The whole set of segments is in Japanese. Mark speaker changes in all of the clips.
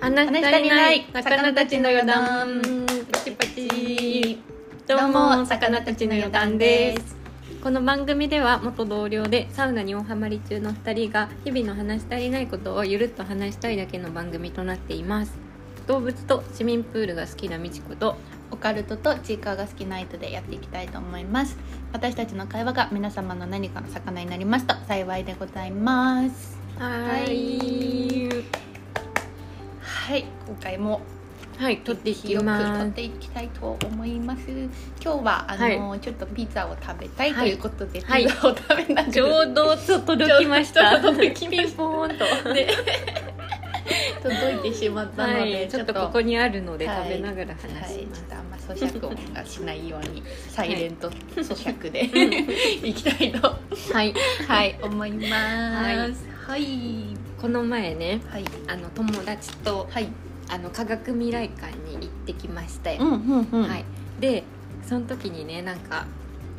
Speaker 1: 話したりない魚たちの余談
Speaker 2: パチパチ
Speaker 1: どうも
Speaker 2: 魚たち
Speaker 1: の余談ですこの番組では元同僚でサウナにおハマり中の2人が日々の話し足りないことをゆるっと話したいだけの番組となっています動物と市民プールが好きなみち子と
Speaker 2: オカルトとチーカーが好きナイトでやっていきたいと思います私たちの会話が皆様の何かの魚になりますと幸いでございます
Speaker 1: はい
Speaker 2: はい今回も
Speaker 1: はい撮っていき
Speaker 2: よく
Speaker 1: ま
Speaker 2: 撮っ
Speaker 1: す
Speaker 2: ていきたいと思います今日はあの、ちょっとピザを食べたいということで、
Speaker 1: はい
Speaker 2: ピザを食べながら
Speaker 1: ちょうどちょっと届きました
Speaker 2: ちょうど届きました
Speaker 1: ピンポーンと
Speaker 2: 届いてしまったので、
Speaker 1: はい、ちょっとここにあるので
Speaker 2: は
Speaker 1: 食
Speaker 2: い
Speaker 1: べながら話
Speaker 2: はい、ちょ
Speaker 1: し
Speaker 2: っ
Speaker 1: ます、
Speaker 2: とあんま咀嚼音がしないようにサイレント咀嚼で、い、きたいと
Speaker 1: はい、
Speaker 2: はい思いますはい
Speaker 1: この前ね
Speaker 2: はい
Speaker 1: あの友達と
Speaker 2: はい
Speaker 1: あの科学未来館に行ってきましたよ、
Speaker 2: んうんう
Speaker 1: はい、でその時にねなんか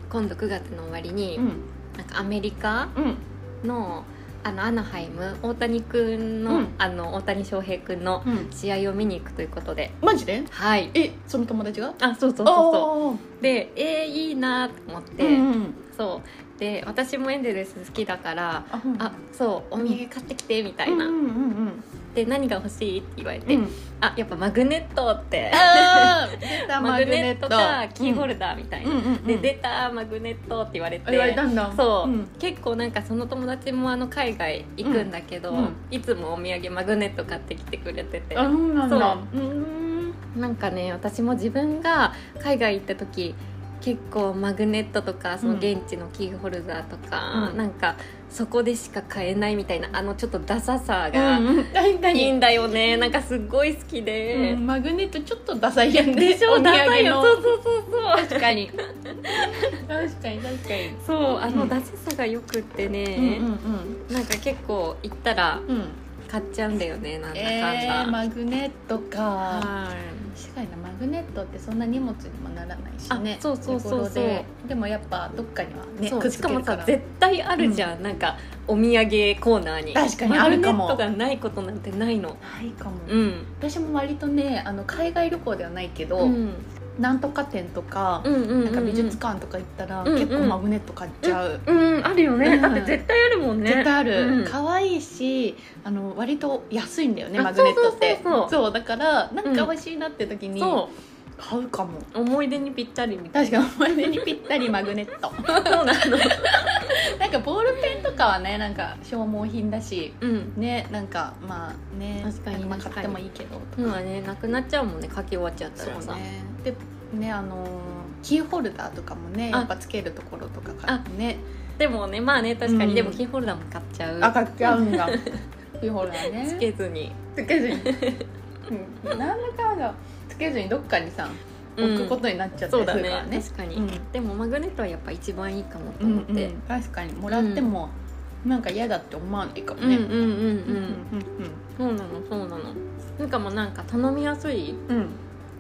Speaker 1: 今度9月の終わりに、
Speaker 2: うん
Speaker 1: なんかアメリカ
Speaker 2: うん
Speaker 1: のあのアナハイム大谷くんの,、
Speaker 2: うん
Speaker 1: あの大谷翔平くんの
Speaker 2: うん
Speaker 1: 試合を見に行くということで
Speaker 2: マジで
Speaker 1: はい
Speaker 2: えその友達が
Speaker 1: あそうそうそうそ
Speaker 2: おー
Speaker 1: うでえー、いいなと思って、
Speaker 2: うんうん
Speaker 1: そうで私もエンゼルス好きだから
Speaker 2: あうん
Speaker 1: あそうお土産買ってきてみたいな、
Speaker 2: うんうんうん
Speaker 1: で何が欲しいって言われ
Speaker 2: う
Speaker 1: て、
Speaker 2: ん
Speaker 1: あやっぱマグネットって
Speaker 2: あー出た
Speaker 1: マグネットかキーホルダーみたいな、
Speaker 2: うんうんうんうん
Speaker 1: で出たマグネットって言われて
Speaker 2: 言われたんだ
Speaker 1: そう、
Speaker 2: ん
Speaker 1: 結構なんかその友達もあの海外行くんだけど、
Speaker 2: うんうん
Speaker 1: いつもお土産マグネット買ってきてくれてて
Speaker 2: あそうなんだ
Speaker 1: そう
Speaker 2: ーん
Speaker 1: なんかね私も自分が海外行った時結構マグネットとかその現地のキーホルダーとか、
Speaker 2: うん
Speaker 1: なんかそこでしか買えないみたいなあのちょっとダサさが
Speaker 2: うんうん大
Speaker 1: いい
Speaker 2: 体
Speaker 1: んだよね、なんかすっごい好きで、
Speaker 2: うんマグネットちょっとダサいやんね
Speaker 1: でし
Speaker 2: お
Speaker 1: ょ
Speaker 2: 土産の
Speaker 1: ダサいよそうそうそうそう
Speaker 2: 確かに確かに確かに
Speaker 1: そうあの
Speaker 2: うん
Speaker 1: ダサさがよくって
Speaker 2: うん
Speaker 1: ね、
Speaker 2: うん
Speaker 1: なんか結構行ったら
Speaker 2: うんうん
Speaker 1: 買っちゃうんだよねなんだかんだ、
Speaker 2: えー、マグネットか
Speaker 1: はい
Speaker 2: 確かになマグネットってそんな荷物にもならないしね
Speaker 1: あそうそうそうそう
Speaker 2: 手頃ででもやっぱどっかにはね
Speaker 1: そう
Speaker 2: くっ
Speaker 1: し
Speaker 2: つ
Speaker 1: か
Speaker 2: け
Speaker 1: も
Speaker 2: るか
Speaker 1: さ
Speaker 2: ら
Speaker 1: 絶対あるじゃん、なんかお土産コーナーに
Speaker 2: 確かにあるかも
Speaker 1: マグネットがないことなんてないの
Speaker 2: ないかも、
Speaker 1: うん、
Speaker 2: 私も割とねあの海外旅行ではないけど、
Speaker 1: うん、
Speaker 2: なんとか展とか、
Speaker 1: うんうん
Speaker 2: なんか美術館とか行ったら、
Speaker 1: うんうん
Speaker 2: 結構マグネット買っちゃう、
Speaker 1: うんあるよね、
Speaker 2: うん
Speaker 1: だって絶対あるもんね
Speaker 2: 絶対あ
Speaker 1: うん
Speaker 2: る可愛、いしあの割と安いんだよね
Speaker 1: あ
Speaker 2: マグネットって
Speaker 1: そうそうそうそ
Speaker 2: だからなんか欲しいなって時に
Speaker 1: そ
Speaker 2: 買うかも、
Speaker 1: う思い出にぴったりみたい
Speaker 2: 確
Speaker 1: な
Speaker 2: かに思い出にぴったりマグネット
Speaker 1: 確かにそうなの
Speaker 2: なんかボールペンとかはねなんか消耗品だし
Speaker 1: うん
Speaker 2: ねなんかまあね
Speaker 1: 確かに
Speaker 2: あのまあ
Speaker 1: 確
Speaker 2: 買
Speaker 1: か
Speaker 2: っ
Speaker 1: に
Speaker 2: てもいいけどと
Speaker 1: 今ねなくなっちゃうもんね書き終わっちゃったら
Speaker 2: そ
Speaker 1: さ
Speaker 2: うねでねあのキーホルダーとかもね
Speaker 1: あ
Speaker 2: やっぱつけるところとかからね
Speaker 1: でもねまあね確かに、
Speaker 2: うん
Speaker 1: でもキーホルダーも買っちゃう
Speaker 2: あ買っちゃうんだ キーホルダーね
Speaker 1: つけずに
Speaker 2: つけずに、うん、なんだかんだつけずにどっかにさ置くことになっちゃった
Speaker 1: そう
Speaker 2: りす
Speaker 1: だ
Speaker 2: るから
Speaker 1: ね
Speaker 2: ね,
Speaker 1: 確かに、
Speaker 2: うん
Speaker 1: でもマグネットはやっぱ一番いいかもと
Speaker 2: うん、
Speaker 1: 思って、
Speaker 2: うん確かにもらってもなんか嫌だって思わないかも
Speaker 1: うん
Speaker 2: ね、
Speaker 1: うんうん
Speaker 2: うん
Speaker 1: うんそうなのそうなのなんかもうなんか頼みやすいし
Speaker 2: うんうん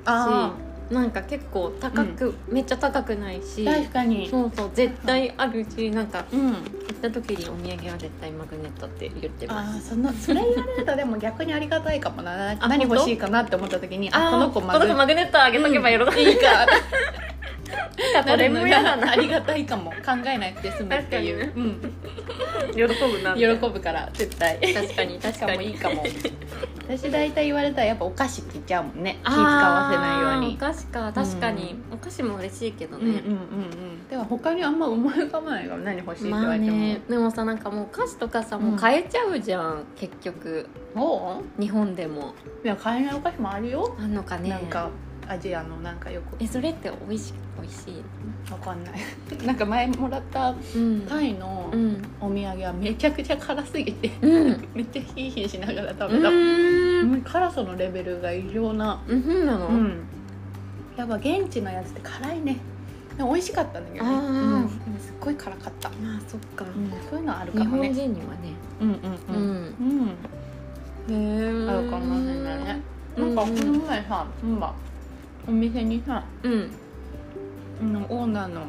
Speaker 2: あ
Speaker 1: なんか結構高く、めっちゃ高くないし
Speaker 2: あ確かに
Speaker 1: そうそう絶対あるしなんか
Speaker 2: うん、
Speaker 1: 行った時にお土産は絶対マグネットって言ってま
Speaker 2: あー
Speaker 1: す
Speaker 2: そのそれ言われるとでも逆にありがたいかもな
Speaker 1: あ
Speaker 2: 何欲しいかなって思った時にあ
Speaker 1: あ
Speaker 2: こ
Speaker 1: ー
Speaker 2: の子まず
Speaker 1: この子マグネットあげとけば喜ぶ、
Speaker 2: いいか
Speaker 1: なんかそれも嫌だな
Speaker 2: ありがたいかも考えなくて済むっていう、
Speaker 1: 確
Speaker 2: うん、
Speaker 1: 喜ぶな
Speaker 2: 喜ぶから絶対
Speaker 1: 確かに確
Speaker 2: しか
Speaker 1: か
Speaker 2: もいい
Speaker 1: に
Speaker 2: かも私大体言われたらやっぱお菓子って言っちゃうもんね気
Speaker 1: あ
Speaker 2: 使
Speaker 1: ー
Speaker 2: わせないよう
Speaker 1: お
Speaker 2: に
Speaker 1: 菓子か確かに、お菓子も嬉しいけど
Speaker 2: うんうん
Speaker 1: ね、
Speaker 2: うんうんでは他にあんま思い浮かばないから何欲しいって言
Speaker 1: まあ
Speaker 2: われても、
Speaker 1: ねでもさなんかもうお菓子とかさもう買えちゃうじゃん、結局
Speaker 2: おう
Speaker 1: 日本でも
Speaker 2: でも買えないお菓子もあるよ、
Speaker 1: あんのかね
Speaker 2: なんかアジアのなんかよく
Speaker 1: えそれって美味しい美味しい
Speaker 2: わかんないなんか前もらった
Speaker 1: うん
Speaker 2: タイの
Speaker 1: うん
Speaker 2: お土産はめちゃくちゃ辛すぎて
Speaker 1: うん
Speaker 2: めっちゃヒーヒーしながら
Speaker 1: う
Speaker 2: 食べた、
Speaker 1: ん
Speaker 2: うん辛さのレベルが異常な
Speaker 1: うんなの、
Speaker 2: うんやっぱ現地のやつって辛いねでも美味しかったんだけどね、
Speaker 1: あー
Speaker 2: うんすっごい辛かった、
Speaker 1: まあそっか、
Speaker 2: そういうのあるか
Speaker 1: 日
Speaker 2: も
Speaker 1: 本
Speaker 2: ね
Speaker 1: 人にはね
Speaker 2: うんう
Speaker 1: うんん、
Speaker 2: うん、
Speaker 1: うん、
Speaker 2: あるかもしれないね
Speaker 1: うん
Speaker 2: なんかこの前さ、うん、お店にさ
Speaker 1: うん
Speaker 2: あのオーナーの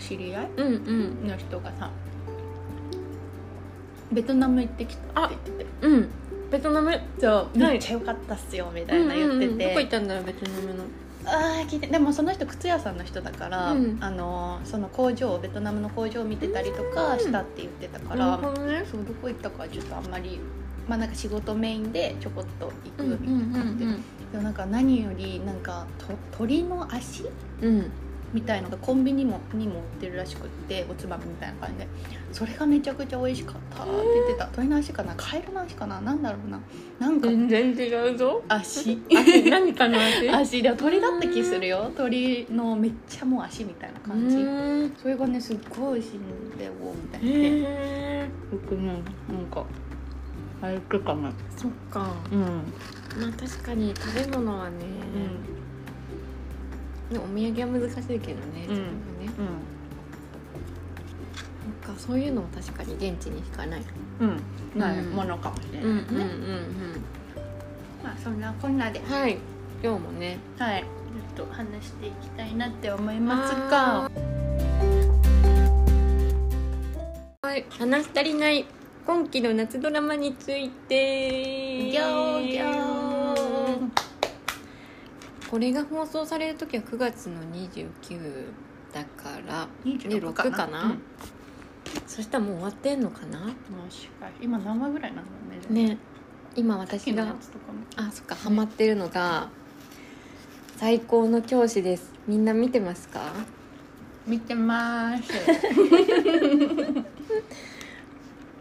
Speaker 2: 知り合い
Speaker 1: うんうん
Speaker 2: の人がさベトナム行ってきたって言ってて
Speaker 1: うんベトナム
Speaker 2: そう
Speaker 1: はい
Speaker 2: めっちゃ良かったっすよみたいな言って
Speaker 1: うんうんうんどこ行ってたんだろうベトナムの
Speaker 2: あー聞いてでもその人靴屋さんの人だから
Speaker 1: うん
Speaker 2: あのその工場ベトナムの工場を見てたりと
Speaker 1: う
Speaker 2: か
Speaker 1: ん
Speaker 2: したって言ってたか
Speaker 1: な
Speaker 2: ら
Speaker 1: るほどね
Speaker 2: そうどこ行ったかちょっとあんまりまあなんか仕事メインでちょこっと行くみたいな感じででもなんか何よりなんかと鳥の足
Speaker 1: うんうん
Speaker 2: みたいのがコンビニもにも売ってるらしくっておつまみみたいな感じでそれがめちゃくちゃ美味しかったって言ってた鳥の足かなカエルの足かななんだろうななんか
Speaker 1: 全然違うぞ
Speaker 2: 足
Speaker 1: 足何かの足
Speaker 2: 足でも鳥だった気するよ鳥のめっちゃもう足みたいな感じ
Speaker 1: へ
Speaker 2: それがねすっごい美味しいんだよみたいなで
Speaker 1: え
Speaker 2: 僕もなんかあれくかな
Speaker 1: そっか
Speaker 2: うん、
Speaker 1: まあ確かに食べ物はね、でもお土産は難しいけどね、
Speaker 2: う
Speaker 1: 自
Speaker 2: ん
Speaker 1: 分がねなんかそういうのも確かに現地にしかない
Speaker 2: うんうんない
Speaker 1: うん
Speaker 2: ものかもしれ
Speaker 1: うんうん
Speaker 2: ないね、まあそんなこんなで
Speaker 1: うんはい今日もね
Speaker 2: はい、ちょっと話していきたいなって思いますが、
Speaker 1: はい話し足りない今期の夏ドラマについて
Speaker 2: ギャーギャー。
Speaker 1: これが放送される時は9月の29だから
Speaker 2: 二
Speaker 1: 26かなそしたらもう終わってんのかな
Speaker 2: もしかし今何話ぐらいなのね。
Speaker 1: ね今
Speaker 2: さっ
Speaker 1: 私
Speaker 2: きの
Speaker 1: が
Speaker 2: やつとかも。
Speaker 1: あそっかハマってるのが「最高の教師」ですみんな見てますか
Speaker 2: 見てます。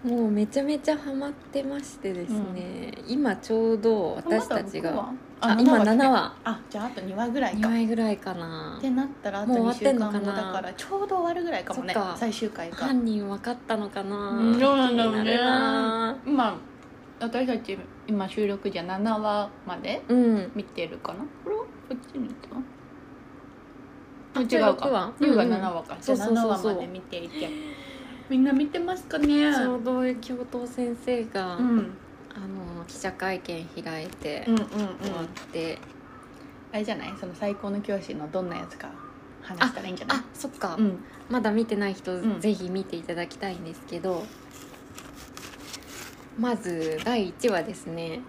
Speaker 1: もうめちゃめちゃハマってましてですね、今ちょうど私たちがあ今7。話
Speaker 2: あ、じゃああと2話ぐらい
Speaker 1: 2
Speaker 2: か。っ
Speaker 1: 話ぐらいかな
Speaker 2: てなったらあと
Speaker 1: もう終わ
Speaker 2: 2
Speaker 1: って
Speaker 2: 週
Speaker 1: んのか
Speaker 2: 間
Speaker 1: な
Speaker 2: 後だからちょうど終わるぐらいかもね
Speaker 1: そっか
Speaker 2: 最終回が
Speaker 1: 犯人分かったのかな、
Speaker 2: うんどうなんだろうね
Speaker 1: 気にるな
Speaker 2: 今私たち今収録じゃ7話まで
Speaker 1: うん
Speaker 2: 見てるかなこれはこっちにいた
Speaker 1: あ
Speaker 2: 違う
Speaker 1: これ六話
Speaker 2: か優が7話か、
Speaker 1: そうそうそうそう
Speaker 2: じゃあ7話まで見ていてみんな見てますかね
Speaker 1: ちょうど教頭先生が、
Speaker 2: うん、うん
Speaker 1: あの記者会見開いて、
Speaker 2: うんうん
Speaker 1: 終わって
Speaker 2: あれじゃないその最高の教師のどんなやつか話したらいいんじゃない
Speaker 1: あそっか、
Speaker 2: うん
Speaker 1: まだ見てない人、
Speaker 2: うん
Speaker 1: ぜひ見ていただきたいんですけどまず第1話ですね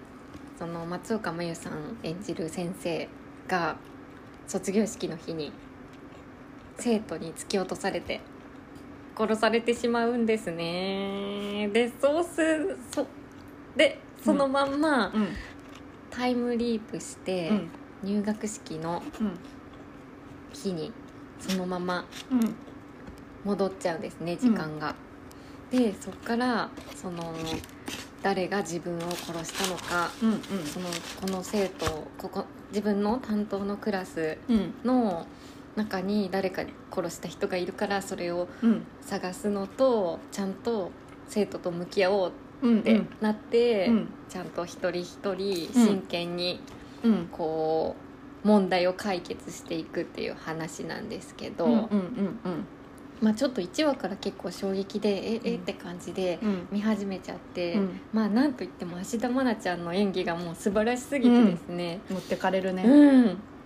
Speaker 1: その松岡真優さん演じる先生が卒業式の日に生徒に突き落とされて殺されてしまうんですねでそうすそでそのまんま
Speaker 2: うん
Speaker 1: タイムリープして
Speaker 2: うん
Speaker 1: 入学式の
Speaker 2: うん
Speaker 1: 日にそのまま
Speaker 2: うん
Speaker 1: 戻っちゃうんですね時間が、でそっからその誰が自分を殺したのか
Speaker 2: うんうん
Speaker 1: そのこの生徒ここ自分の担当のクラス
Speaker 2: うん
Speaker 1: の中に誰か殺した人がいるからそれを
Speaker 2: うん
Speaker 1: 探すのとちゃんと生徒と向き合おう
Speaker 2: うん
Speaker 1: ってなって、
Speaker 2: うん
Speaker 1: ちゃんと一人一人真剣に
Speaker 2: うん
Speaker 1: こう問題を解決していくっていう話なんですけど、
Speaker 2: うんうんうんうん
Speaker 1: まあ、ちょっと1話から結構衝撃でええ
Speaker 2: う
Speaker 1: っ
Speaker 2: ん
Speaker 1: て感じで
Speaker 2: うん
Speaker 1: 見始めちゃって、
Speaker 2: うん
Speaker 1: まあなんといっても芦田愛菜ちゃんの演技がもう素晴らしすぎてですね
Speaker 2: 持ってかれるね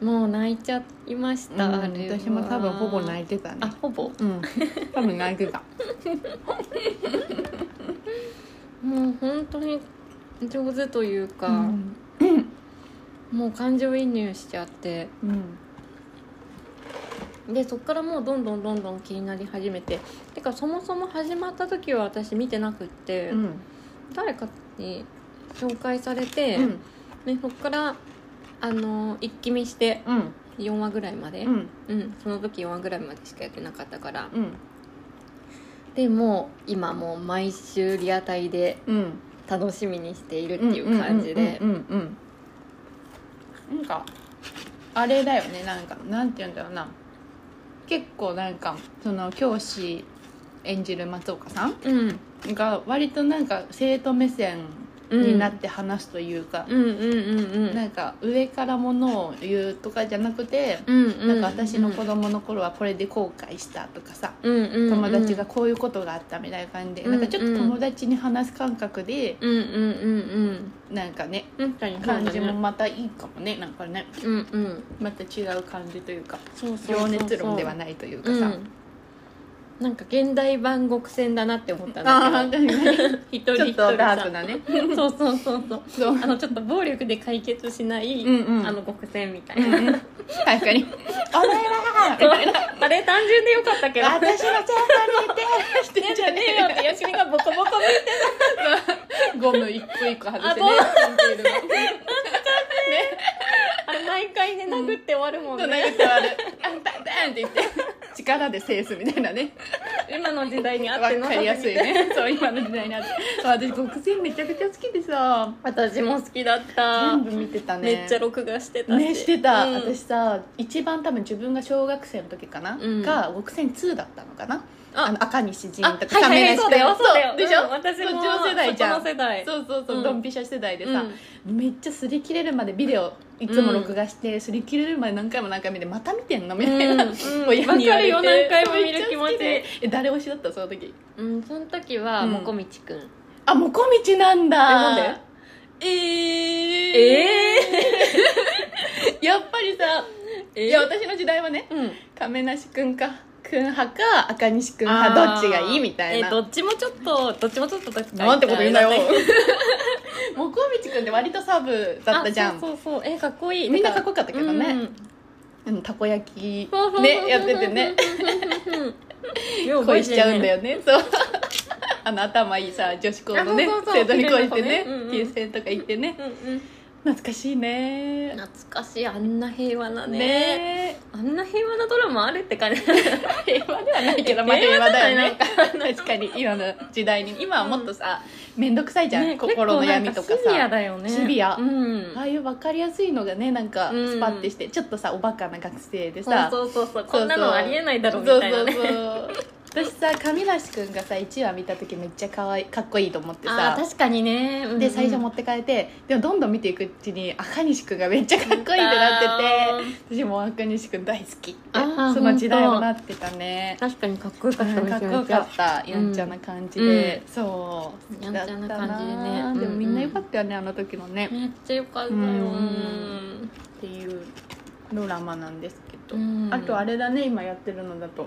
Speaker 1: うん、もう泣いちゃいました、
Speaker 2: うん
Speaker 1: あれは
Speaker 2: 私も多分ほぼ泣いてたね
Speaker 1: あほぼ
Speaker 2: うん多分泣いてた
Speaker 1: もう本当に上手というか、
Speaker 2: うん
Speaker 1: もう感情移入しちゃって
Speaker 2: うん
Speaker 1: でそっからもうどんどんどんどん気になり始めててかそもそも始まった時は私見てなくって、
Speaker 2: うん
Speaker 1: 誰かに紹介されて、
Speaker 2: うん
Speaker 1: でそこからあの一気見して
Speaker 2: うん
Speaker 1: 4話ぐらいまで、
Speaker 2: う
Speaker 1: うん
Speaker 2: ん
Speaker 1: その時4話ぐらいまでしかやってなかったから
Speaker 2: うん
Speaker 1: でもう今もう毎週リアタイで
Speaker 2: うん
Speaker 1: 楽しみにしているっていう感じで
Speaker 2: うんうんうんうんなんかあれだよねなんかなんて言うんだろうな結構なんかその教師演じる松岡さん
Speaker 1: うん
Speaker 2: が割となんか生徒目線
Speaker 1: うん
Speaker 2: になって話すというか、
Speaker 1: うんうんうんうん
Speaker 2: なんか上からものを言うとかじゃなくて、
Speaker 1: うんうん
Speaker 2: なんか私の子供の頃はこれで後悔したとかさ、
Speaker 1: うんうんうん
Speaker 2: 友達がこういうことがあったみたいな感じで、
Speaker 1: うん
Speaker 2: なんかちょっと友達に話す感覚で
Speaker 1: うんうんうん
Speaker 2: なんかね
Speaker 1: うん確かにそうだね
Speaker 2: 感じもまたいいかもねなんかね
Speaker 1: うんうん
Speaker 2: また違う感じというか
Speaker 1: そうそうそうそう
Speaker 2: 情熱論ではないというか
Speaker 1: う
Speaker 2: さ
Speaker 1: んなんか現代版極戦だなって思ったん
Speaker 2: あ
Speaker 1: だ
Speaker 2: ー確かに
Speaker 1: けど 一人
Speaker 2: ちょ
Speaker 1: 一
Speaker 2: っ
Speaker 1: 人
Speaker 2: とダー
Speaker 1: さ
Speaker 2: クなね
Speaker 1: そうそうそうそう
Speaker 2: そう
Speaker 1: あのちょっと暴力で解決しない、
Speaker 2: うんうん
Speaker 1: あの極戦みたい
Speaker 2: うん
Speaker 1: な、
Speaker 2: うん確かに「お前ら!」みたいな
Speaker 1: あれ単純でよかった
Speaker 2: 「
Speaker 1: けど
Speaker 2: 私のチ ャンネルに手して
Speaker 1: ね
Speaker 2: んじ
Speaker 1: じ
Speaker 2: ゃ
Speaker 1: ゃ
Speaker 2: ね
Speaker 1: ね
Speaker 2: え
Speaker 1: え
Speaker 2: よ
Speaker 1: よ」ってよしみがボコボコ見て
Speaker 2: ゴム一個一個外し
Speaker 1: あ
Speaker 2: て
Speaker 1: そ
Speaker 2: ね
Speaker 1: う
Speaker 2: コンクールの
Speaker 1: あれ毎回ね殴って終わるもん
Speaker 2: と投
Speaker 1: ね、
Speaker 2: げて割る「あんたんたん」って言って力で制すみたいなね
Speaker 1: 今の時代に合
Speaker 2: わ
Speaker 1: ってな
Speaker 2: か
Speaker 1: さ
Speaker 2: りや
Speaker 1: す
Speaker 2: す
Speaker 1: ぎ
Speaker 2: い
Speaker 1: て
Speaker 2: ねそう今の時代になって私極戦めちゃくちゃ好きでさ
Speaker 1: 私も好きだった、
Speaker 2: 全部見てたね
Speaker 1: めっちゃ録画してた
Speaker 2: ねしてた、
Speaker 1: うん
Speaker 2: 私さ一番多分自分が小学生の時かな、
Speaker 1: うん
Speaker 2: が極戦2だったのかな
Speaker 1: あ
Speaker 2: あの赤西仁
Speaker 1: あ
Speaker 2: とか
Speaker 1: はいはいはい
Speaker 2: 亀梨
Speaker 1: そうだよそうだよ
Speaker 2: でしょ、
Speaker 1: うん私も
Speaker 2: そっちの世代じゃん
Speaker 1: そっちの世代
Speaker 2: そうそうそう
Speaker 1: うん
Speaker 2: ドンピシャ世代で
Speaker 1: う
Speaker 2: さ
Speaker 1: ん、
Speaker 2: めっちゃ擦り切れるまでビデオいつも録画して、擦り切れるまで何回も何回も見てまた見てんのみたいな、
Speaker 1: うんうん
Speaker 2: 親に言われて
Speaker 1: わかるよ何回も見る気持ち
Speaker 2: めっゃ好きでえ誰推しだったその時
Speaker 1: うん、その時は
Speaker 2: うん
Speaker 1: もこみちくん、
Speaker 2: あもこみちなんだ
Speaker 1: えなんで
Speaker 2: えー、
Speaker 1: え
Speaker 2: やっぱりさ、
Speaker 1: え
Speaker 2: いや私の時代はね
Speaker 1: ー、うん
Speaker 2: 亀梨くんかくん派か赤西くん派どっちがいいみたい
Speaker 1: え
Speaker 2: な、
Speaker 1: どっちもちょっとどっちもちょっと確かに
Speaker 2: なんてこと言うなよ もこみちくんって割とサブだったじゃん
Speaker 1: あそうそうそうえかっこいい
Speaker 2: みんなかっこよかったけどね
Speaker 1: うん
Speaker 2: あのたこ焼き
Speaker 1: そうそうそう
Speaker 2: ねやっててね
Speaker 1: よう覚え
Speaker 2: 恋
Speaker 1: て
Speaker 2: し
Speaker 1: るね
Speaker 2: ちゃうんだよね そうあの頭いいさ女子校のね
Speaker 1: あそうそうそう
Speaker 2: 生徒に恋し
Speaker 1: 綺
Speaker 2: てね
Speaker 1: 麗な子ねうんうん
Speaker 2: 金銭とか行ってね
Speaker 1: うんうん
Speaker 2: 懐かしいね
Speaker 1: 懐かしいあんな平和なね
Speaker 2: ね
Speaker 1: あんな平和なドラマあるって感じ
Speaker 2: 平和ではないけどまあ
Speaker 1: 平
Speaker 2: 平
Speaker 1: 和
Speaker 2: 和
Speaker 1: じゃな
Speaker 2: だ
Speaker 1: い
Speaker 2: よね 確かに今の時代に今はもっとさ面倒くさいじゃん、
Speaker 1: ね
Speaker 2: 心の闇とかさ
Speaker 1: 結構なんシビアだよね
Speaker 2: シビア
Speaker 1: うん
Speaker 2: ああいう分かりやすいのがねなんか
Speaker 1: うん
Speaker 2: スパッてして、ちょっとさおバカな学生で
Speaker 1: そう
Speaker 2: さ
Speaker 1: そうそうそう
Speaker 2: そう
Speaker 1: こんなのありえないだろうみたいなね
Speaker 2: そうそうそう私さ亀梨君がさ1話見た時めっちゃかわいかっこいいと思って
Speaker 1: あ
Speaker 2: さ
Speaker 1: ー確かにね、うんうん
Speaker 2: で最初持って帰ってでもどんどん見ていくうちに赤西君がめっちゃかっこいいってなってて私も赤西君大好きって
Speaker 1: あー
Speaker 2: その時代はなってたね
Speaker 1: 確かにかっこよかった
Speaker 2: うんかっこよかった
Speaker 1: ちゃ
Speaker 2: やんちゃな感じで、そう
Speaker 1: やんちゃな感じでね
Speaker 2: だったな
Speaker 1: うんうん
Speaker 2: でもみんなよかったよねあの時のね、
Speaker 1: めっちゃよかったよ、
Speaker 2: うんっていうドラマなんですけど、
Speaker 1: うん
Speaker 2: あとあれだね今やってるのだと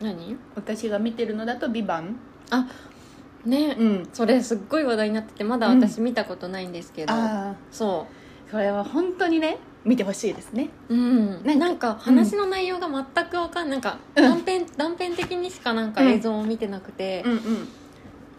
Speaker 1: 何
Speaker 2: 私が見てるのだと「ビバン
Speaker 1: ね、
Speaker 2: うん
Speaker 1: それすっごい話題になっててまだ私見たことないんですけど、
Speaker 2: ああ
Speaker 1: そ
Speaker 2: それは本当にね見てほしいですね
Speaker 1: う、うん、
Speaker 2: なんか
Speaker 1: なんか話の内容が全くわかんないなんか断片,、断片的にしかなんか映像を見てなくて、
Speaker 2: んうん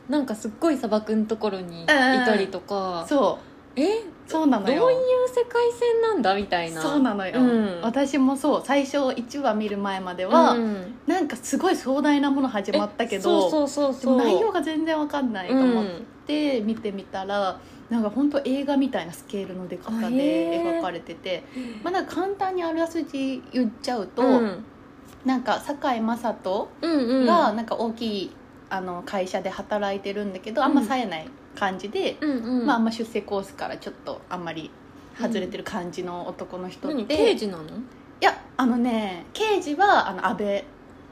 Speaker 1: なんかすっごい砂漠のところにいたりとか、
Speaker 2: そ
Speaker 1: え
Speaker 2: うそうな
Speaker 1: どう
Speaker 2: の
Speaker 1: いう
Speaker 2: よ
Speaker 1: 世界線なんだみたいな
Speaker 2: そうなのよ、
Speaker 1: うん
Speaker 2: 私もそう最初1話見る前までは、
Speaker 1: うん
Speaker 2: なんかすごい壮大なもの始まったけど
Speaker 1: えそうそうそうそう
Speaker 2: でも内容が全然わかんないと思っ
Speaker 1: うん
Speaker 2: て見てみたら、なんか本当映画みたいなスケールの出方
Speaker 1: あ
Speaker 2: で
Speaker 1: へー
Speaker 2: 描かれてて、まあ、なんか簡単にあらすじ言っちゃうと、
Speaker 1: うん
Speaker 2: なんか堺雅人
Speaker 1: うんうん
Speaker 2: がなんか大きいあの会社で働いてるんだけどあんま冴えない感じで、
Speaker 1: うんうん
Speaker 2: まあ、あんま出世コースからちょっとあんまり外れてる感じの男の人
Speaker 1: 何
Speaker 2: で、
Speaker 1: 刑
Speaker 2: い
Speaker 1: 事なの
Speaker 2: やあのね刑事はあの安倍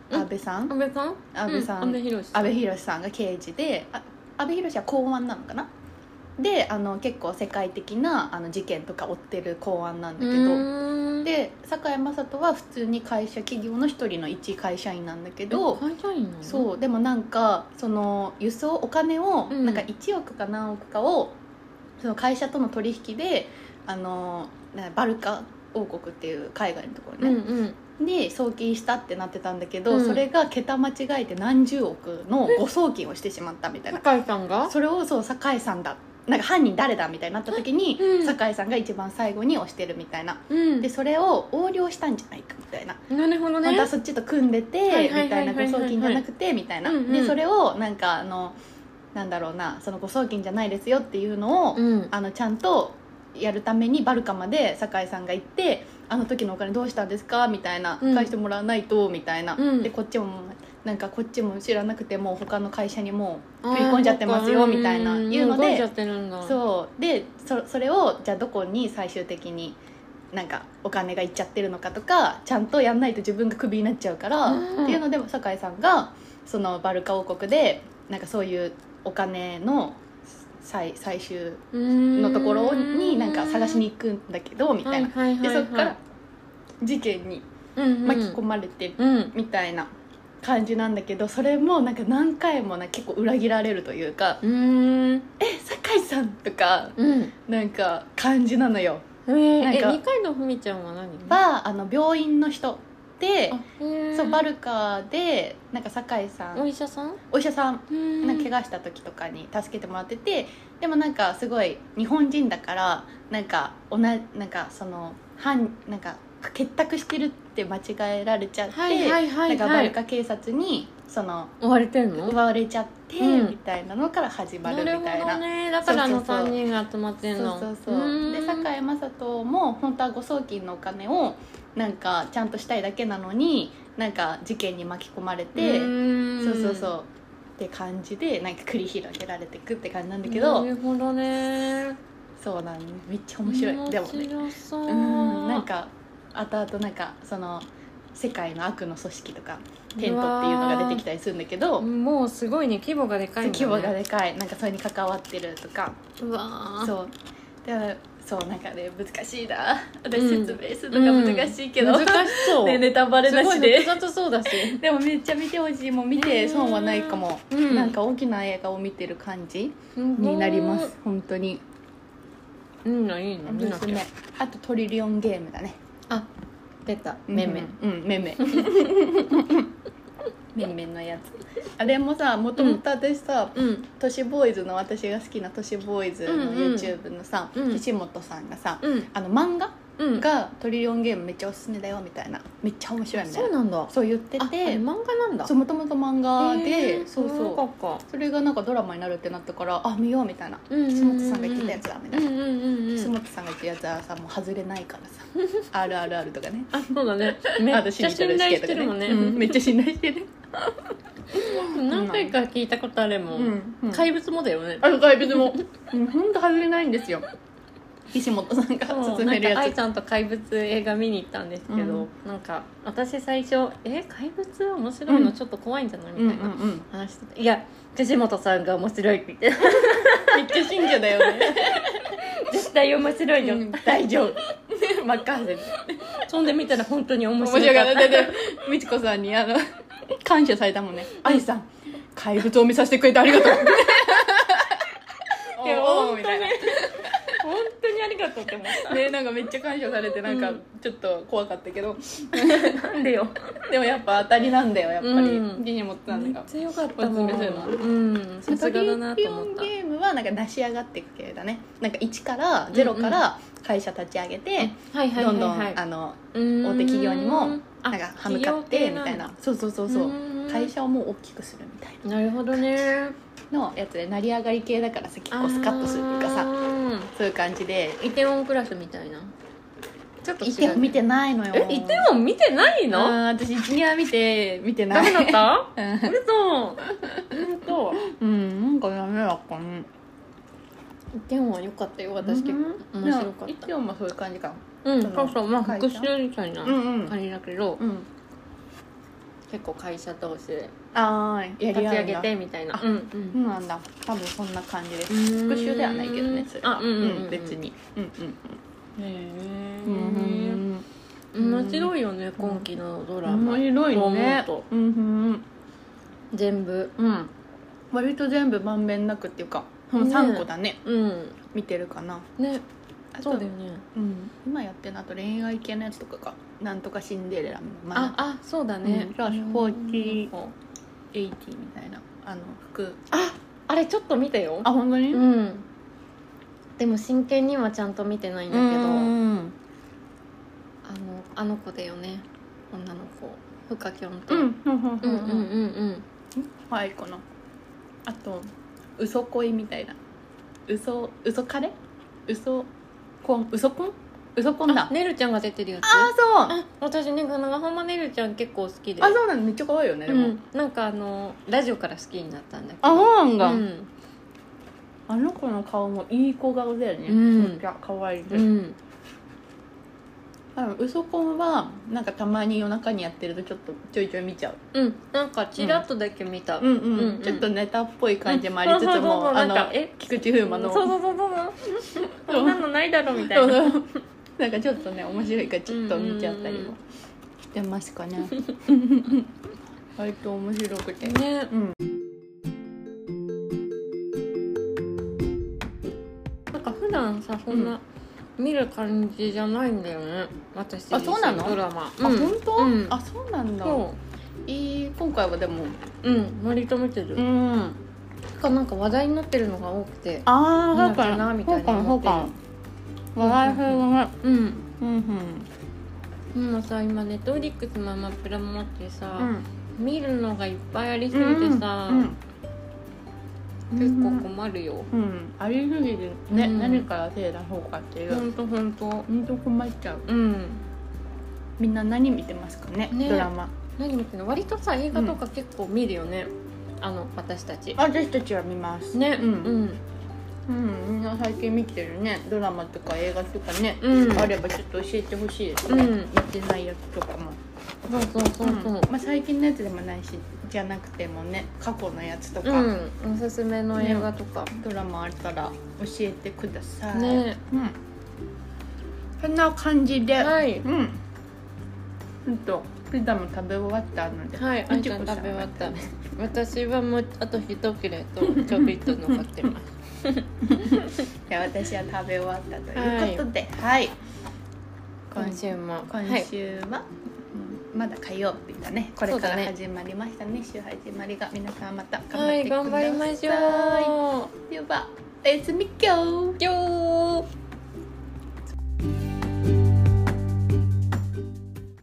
Speaker 1: うん
Speaker 2: 安倍さん、
Speaker 1: 安倍さん
Speaker 2: 安倍さん
Speaker 1: う安倍博
Speaker 2: 阿部寛さんが刑事であ阿部寛は公安なのかなであの結構世界的なあの事件とか追ってる公安なんだけど
Speaker 1: ど
Speaker 2: で堺雅人は普通に会社企業の一人の一会社員なんだけど
Speaker 1: 会社員なの
Speaker 2: そうでもなんかその輸送お金を、
Speaker 1: うん
Speaker 2: なんか1億か何億かをその会社との取引であのなバルカ王国っていう海外のところね、
Speaker 1: うんうん
Speaker 2: で送金したってなってたんだけど、
Speaker 1: うん
Speaker 2: それが桁間違えて何十億の誤送金をしてしまったみたいな
Speaker 1: 酒井さんが
Speaker 2: それをそう酒井さんだなんか犯人誰だみたいになった時に、
Speaker 1: うん
Speaker 2: 酒井さんが一番最後に押してるみたいな
Speaker 1: うん
Speaker 2: でそれを横領したんじゃないかみたいな、
Speaker 1: なるほど
Speaker 2: 本
Speaker 1: ね
Speaker 2: 当はそっちと組んでて、
Speaker 1: いはい
Speaker 2: みたいな
Speaker 1: はいは
Speaker 2: 誤
Speaker 1: いはい
Speaker 2: 送金じゃなくてみたいな、
Speaker 1: うんうん
Speaker 2: でそれをなんかあのなんだろうなその誤送金じゃないですよっていうのを、
Speaker 1: うん
Speaker 2: あのちゃんとやるためにバルカまで酒井さんが行って「あの時のお金どうしたんですか?」みたいな「
Speaker 1: うん
Speaker 2: 返してもらわないと」みたいな、
Speaker 1: うん
Speaker 2: でこっちもなんかこっちも知らなくてもう他の会社にもう振り込んじゃってますよみたいな言うの
Speaker 1: ん動いちゃ
Speaker 2: で
Speaker 1: ってるんだ
Speaker 2: そうでそそれをじゃあどこに最終的になんかお金が行っちゃってるのかとかちゃんとやんないと自分がクビになっちゃうから、
Speaker 1: うん
Speaker 2: っていうので酒井さんがそのバルカ王国でなんかそういうお金の最最終
Speaker 1: うーん
Speaker 2: のところになんか探しに行くんだけどみたいな、
Speaker 1: はいはいはいはい
Speaker 2: でそっから事件に
Speaker 1: うんうん
Speaker 2: 巻き込まれて
Speaker 1: うん
Speaker 2: みたいな感じなんだけどそれもなんか何回もな結構裏切られるというか
Speaker 1: うーん
Speaker 2: 「え酒井さん」とか
Speaker 1: うん
Speaker 2: なんか感じなのよ
Speaker 1: えー、
Speaker 2: なん
Speaker 1: え
Speaker 2: か
Speaker 1: 二階堂ふみちゃんは何
Speaker 2: はあの病院の人で
Speaker 1: あ、へー
Speaker 2: そうバルカでなんか酒井さ
Speaker 1: お
Speaker 2: ん
Speaker 1: 医者さん
Speaker 2: お医者さん
Speaker 1: うん
Speaker 2: なんか怪我した時とかに助けてもらっててでもなんかすごい日本人だからなんかおななんかその犯なんか結託してるって間違えられちゃって、
Speaker 1: はいはいはい
Speaker 2: なんかバ
Speaker 1: は
Speaker 2: ル
Speaker 1: い
Speaker 2: カ警察にその
Speaker 1: 追われてんの
Speaker 2: 奪われちゃって
Speaker 1: うん
Speaker 2: みたいなのから始ま
Speaker 1: な
Speaker 2: るみ
Speaker 1: るほ
Speaker 2: たい
Speaker 1: ど
Speaker 2: な。
Speaker 1: ねだからあの
Speaker 2: そうそうそう
Speaker 1: 三人が集まってん
Speaker 2: そう
Speaker 1: の
Speaker 2: そうそう
Speaker 1: ーん
Speaker 2: で堺井雅人も本当は誤送金のお金をなんかちゃんとしたいだけなのになんか事件に巻き込まれて
Speaker 1: うーん
Speaker 2: そうそうそうって感じでなんか繰り広げられていくって感じなんだけど、
Speaker 1: なるほどね
Speaker 2: そうなんめっちゃ面白いでもね
Speaker 1: 面白そう
Speaker 2: うんなんかあとあとなんかその世界の悪の組織とかテントっていうのが出てきたりするんだけど、
Speaker 1: もうすごいね規模がでかいんだね
Speaker 2: 規模がでかいなんかそれに関わってるとか
Speaker 1: うわー
Speaker 2: そうでそうなんかね難しいな私
Speaker 1: うん
Speaker 2: 説明するのが難しいけど、
Speaker 1: うん難し そう
Speaker 2: ねネタバレ
Speaker 1: す
Speaker 2: な
Speaker 1: ごい
Speaker 2: しで
Speaker 1: 複雑そうだし
Speaker 2: でもめっちゃ見てほしいもう見て損はないかも、
Speaker 1: うん
Speaker 2: なんか大きな映画を見てる感じに
Speaker 1: に
Speaker 2: なります本当に
Speaker 1: いいのいいの
Speaker 2: おすすめあとトリリオンゲームだね
Speaker 1: あ出た
Speaker 2: め
Speaker 1: め
Speaker 2: め
Speaker 1: め
Speaker 2: うんめ めめめのやつあれもさもともと私さ、
Speaker 1: うん
Speaker 2: 都市ボーイズの私が好きな都市ボーイズの YouTube のさ、
Speaker 1: うん
Speaker 2: 岸本さんがさ、
Speaker 1: うん
Speaker 2: あの漫画
Speaker 1: うん
Speaker 2: がトリリオンゲームめっちゃおすすめだよみたいなめっちゃ面白いみたい
Speaker 1: そ
Speaker 2: な
Speaker 1: うなんだ
Speaker 2: そう言って
Speaker 1: ああれ
Speaker 2: て
Speaker 1: 漫画なんだ
Speaker 2: そうもともと漫画で、
Speaker 1: へー
Speaker 2: そう
Speaker 1: 知らなか
Speaker 2: そう
Speaker 1: った
Speaker 2: それがなんかドラマになるってなったからあ見ようみたいな
Speaker 1: うんうん
Speaker 2: 岸
Speaker 1: うんうん
Speaker 2: 本さんが言ってたやつだみた
Speaker 1: う
Speaker 2: い
Speaker 1: ん
Speaker 2: な
Speaker 1: うんうんう
Speaker 2: 岸
Speaker 1: ん
Speaker 2: 本さんが言ってたやつはさもう外れないからさ 「RRR」とかね
Speaker 1: あそうだねめっちゃ信頼してるもんね
Speaker 2: うんめっちゃ信頼してる、
Speaker 1: 何回か聞いたことあるもん
Speaker 2: うん
Speaker 1: 怪物もだよね
Speaker 2: あ怪物も本当外れないんですよ岸本さんが
Speaker 1: そう
Speaker 2: 勧
Speaker 1: な
Speaker 2: める
Speaker 1: んか
Speaker 2: や
Speaker 1: 愛
Speaker 2: つ
Speaker 1: ちゃんと怪物映画見に行ったんですけど、なんか私最初「え怪物は面白いのちょっと怖いんじゃない?」みたいな
Speaker 2: うん
Speaker 1: 話してて、いや藤本さんが面白い」って言って
Speaker 2: めっちゃ信者だよね、
Speaker 1: 絶対面白いよ、
Speaker 2: うん大丈夫任せて
Speaker 1: そんで見たら本当に面
Speaker 2: 面
Speaker 1: 白
Speaker 2: 白
Speaker 1: か
Speaker 2: か
Speaker 1: っ
Speaker 2: ったただって美智子さんにあの感謝されたもんね「愛さん怪物を見させてくれてありがとう」
Speaker 1: いや
Speaker 2: おうお
Speaker 1: 本
Speaker 2: う
Speaker 1: 当に
Speaker 2: みたいな
Speaker 1: 本当にありがとうって思っ
Speaker 2: ねなんかめっちゃ感謝されてなんか
Speaker 1: うん
Speaker 2: ちょっと怖かったけど、
Speaker 1: たなんでよ
Speaker 2: でもやっぱ当たりなんだよやっぱり
Speaker 1: うん
Speaker 2: ギに持ってた
Speaker 1: め
Speaker 2: ん
Speaker 1: っ
Speaker 2: だが
Speaker 1: ちゃ良かったも
Speaker 2: お
Speaker 1: ん
Speaker 2: すすめするな
Speaker 1: うんさすがだなと思っ
Speaker 2: ト
Speaker 1: た
Speaker 2: リリオンゲームはなんか成し上がっていく系だねなんか1から0から会社立ち上げて、
Speaker 1: はいはい
Speaker 2: ど
Speaker 1: はい
Speaker 2: んどん、
Speaker 1: はい
Speaker 2: あの
Speaker 1: 大
Speaker 2: 大手企業にもなんか歯向かってみたいなそうそうそうそう
Speaker 1: うーん
Speaker 2: 会社をもう大きくするみたい
Speaker 1: なるほどね
Speaker 2: なのやつで成り上がり系だからさ結構スカッとするというか
Speaker 1: あ
Speaker 2: さ
Speaker 1: ー
Speaker 2: そういう感じで
Speaker 1: イテウォンクラスみたいなちょっ
Speaker 2: イテウォン見てないのよ
Speaker 1: えイテウォン見てない
Speaker 2: ン
Speaker 1: の
Speaker 2: 私12話見て見て
Speaker 1: ダ
Speaker 2: な
Speaker 1: メ
Speaker 2: い
Speaker 1: だった
Speaker 2: うん
Speaker 1: 嘘嘘
Speaker 2: うんなんかダメだったね
Speaker 1: イテウォンは良かったよ私結構
Speaker 2: うん
Speaker 1: 面白かっ
Speaker 2: イテウォンもそういう感じか
Speaker 1: たうんそうそうまあ
Speaker 2: 会
Speaker 1: 復
Speaker 2: 社
Speaker 1: 讐みたいな
Speaker 2: うんうん
Speaker 1: 感じだけど
Speaker 2: うん
Speaker 1: 結構会社同士で
Speaker 2: あーや
Speaker 1: 立ち
Speaker 2: り合
Speaker 1: 上
Speaker 2: うん
Speaker 1: げ
Speaker 2: だ
Speaker 1: てみたいな
Speaker 2: あ
Speaker 1: うんう
Speaker 2: そうんなんだ多分そんな感じです
Speaker 1: 復
Speaker 2: 復習ではないけどねそれは
Speaker 1: あうんうんうん
Speaker 2: 別にうん
Speaker 1: へ
Speaker 2: うん
Speaker 1: え
Speaker 2: うん
Speaker 1: 面白いよね今期のドラマ
Speaker 2: 面白いね
Speaker 1: と思う
Speaker 2: うんうん
Speaker 1: と全部
Speaker 2: うん割と全部まんべんなくっていうかその
Speaker 1: ね
Speaker 2: 3個だね
Speaker 1: うん
Speaker 2: 見てるかな
Speaker 1: ね
Speaker 2: あと
Speaker 1: そうだよね
Speaker 2: うん今やってるのあと恋愛系のやつとかが「なんとかシンデレラ」のま
Speaker 1: あ
Speaker 2: あ
Speaker 1: あそうだね
Speaker 2: うんじゃあ40
Speaker 1: うん
Speaker 2: 80みたいなあの服
Speaker 1: ああれちょっと見たよ
Speaker 2: あ本当に
Speaker 1: うんでも真剣にはちゃんと見てないんだけどあの
Speaker 2: うん
Speaker 1: あの子だよね女の子ふかきょんと
Speaker 2: う
Speaker 1: うん
Speaker 2: んう
Speaker 1: う
Speaker 2: んうん
Speaker 1: う
Speaker 2: んうん
Speaker 1: んうん
Speaker 2: はいかなあと嘘恋みたいな嘘嘘カレ嘘婚嘘婚嘘婚だ
Speaker 1: あねるちゃんが出てるやつ
Speaker 2: あそう
Speaker 1: あ私ね長浜ねるちゃん結構好きで
Speaker 2: あそうなのめっちゃ可愛いよねで
Speaker 1: う
Speaker 2: も、
Speaker 1: んなんかあのラジオから好きになったんだけど
Speaker 2: あそうなんだ、
Speaker 1: うん
Speaker 2: あの子の顔もいい子顔だよね、
Speaker 1: うん
Speaker 2: めっちゃ可愛いで
Speaker 1: う
Speaker 2: す、
Speaker 1: ん
Speaker 2: あの嘘婚はなんかたまに夜中にやってるとちょっとちょいちょい見ちゃう
Speaker 1: うんなんかちらっとだけ見た
Speaker 2: うんうん、
Speaker 1: うんうん
Speaker 2: ちょっとネタっぽい感じもありつつ
Speaker 1: う
Speaker 2: も、
Speaker 1: んそうそうそうそう
Speaker 2: あ
Speaker 1: なんか
Speaker 2: の
Speaker 1: え
Speaker 2: 菊池風磨の
Speaker 1: そうそうそうそうそうこんなのないだろみた
Speaker 2: そ
Speaker 1: いうな
Speaker 2: そう なんかち ょっとね面白いからちょっと見ちゃったりもしてますかねへ割と面白くて
Speaker 1: ね
Speaker 2: うん
Speaker 1: なんか普段さそんな見る感じじゃないんだよね、私
Speaker 2: あそうなの
Speaker 1: ドラマ
Speaker 2: あ、本当、
Speaker 1: うん、
Speaker 2: あそうなんだ
Speaker 1: そ
Speaker 2: いい今回はでも
Speaker 1: ううん割と見てる、
Speaker 2: ん
Speaker 1: かなんか話題になってるのが多くて
Speaker 2: あ
Speaker 1: な
Speaker 2: あそうん
Speaker 1: か
Speaker 2: か
Speaker 1: な
Speaker 2: な
Speaker 1: み
Speaker 2: み
Speaker 1: た
Speaker 2: た
Speaker 1: い
Speaker 2: い
Speaker 1: な
Speaker 2: な
Speaker 1: 思っ
Speaker 2: そう
Speaker 1: てる
Speaker 2: か笑い風がね
Speaker 1: うん
Speaker 2: うん
Speaker 1: でもさ今ネットフリックスもママプラもあってさ、
Speaker 2: うん
Speaker 1: 見るのがいっぱいありすぎ
Speaker 2: うん
Speaker 1: てさ、
Speaker 2: うん
Speaker 1: 結構困るよ、
Speaker 2: うんありすぎてね、
Speaker 1: うん
Speaker 2: 何から手出そうかっていう、
Speaker 1: ほんとほんと
Speaker 2: ほんと困っちゃ
Speaker 1: う
Speaker 2: う
Speaker 1: ん
Speaker 2: みんな何見てますかね
Speaker 1: ね
Speaker 2: ドラマ
Speaker 1: 何見てんの割とさ映画とか結構見るよね、あの私たち
Speaker 2: 私たちは見ます
Speaker 1: ね
Speaker 2: う、
Speaker 1: うんん
Speaker 2: うん、みんな最近見てるねドラマとか映画とかね、
Speaker 1: うん
Speaker 2: あればちょっと教えてほしいですね、
Speaker 1: うん
Speaker 2: 見てないやつとかも
Speaker 1: そうそうそうそう、
Speaker 2: んまあ、最近のやつでもないしじゃなくてもね過去のやつとか、
Speaker 1: うん、おすすめの映画とか、
Speaker 2: ドラマあったら教えてください
Speaker 1: ね
Speaker 2: うんそんな感じで、
Speaker 1: はい
Speaker 2: うんちょっとピザも食べ終わったので
Speaker 1: はい、あんちゃん食べ終わった私はもうあと一切れとちょびっと残ってます
Speaker 2: で私は食べ終わったということではい、
Speaker 1: 今週もは
Speaker 2: 今
Speaker 1: い、
Speaker 2: 週は、うんまだ火曜日だねこれか
Speaker 1: そうだね
Speaker 2: ら始まりましたね週始まりが皆さんまた頑張
Speaker 1: は
Speaker 2: って
Speaker 1: い、
Speaker 2: ください、
Speaker 1: 頑張りましょう
Speaker 2: ではおやすみ今日
Speaker 1: よー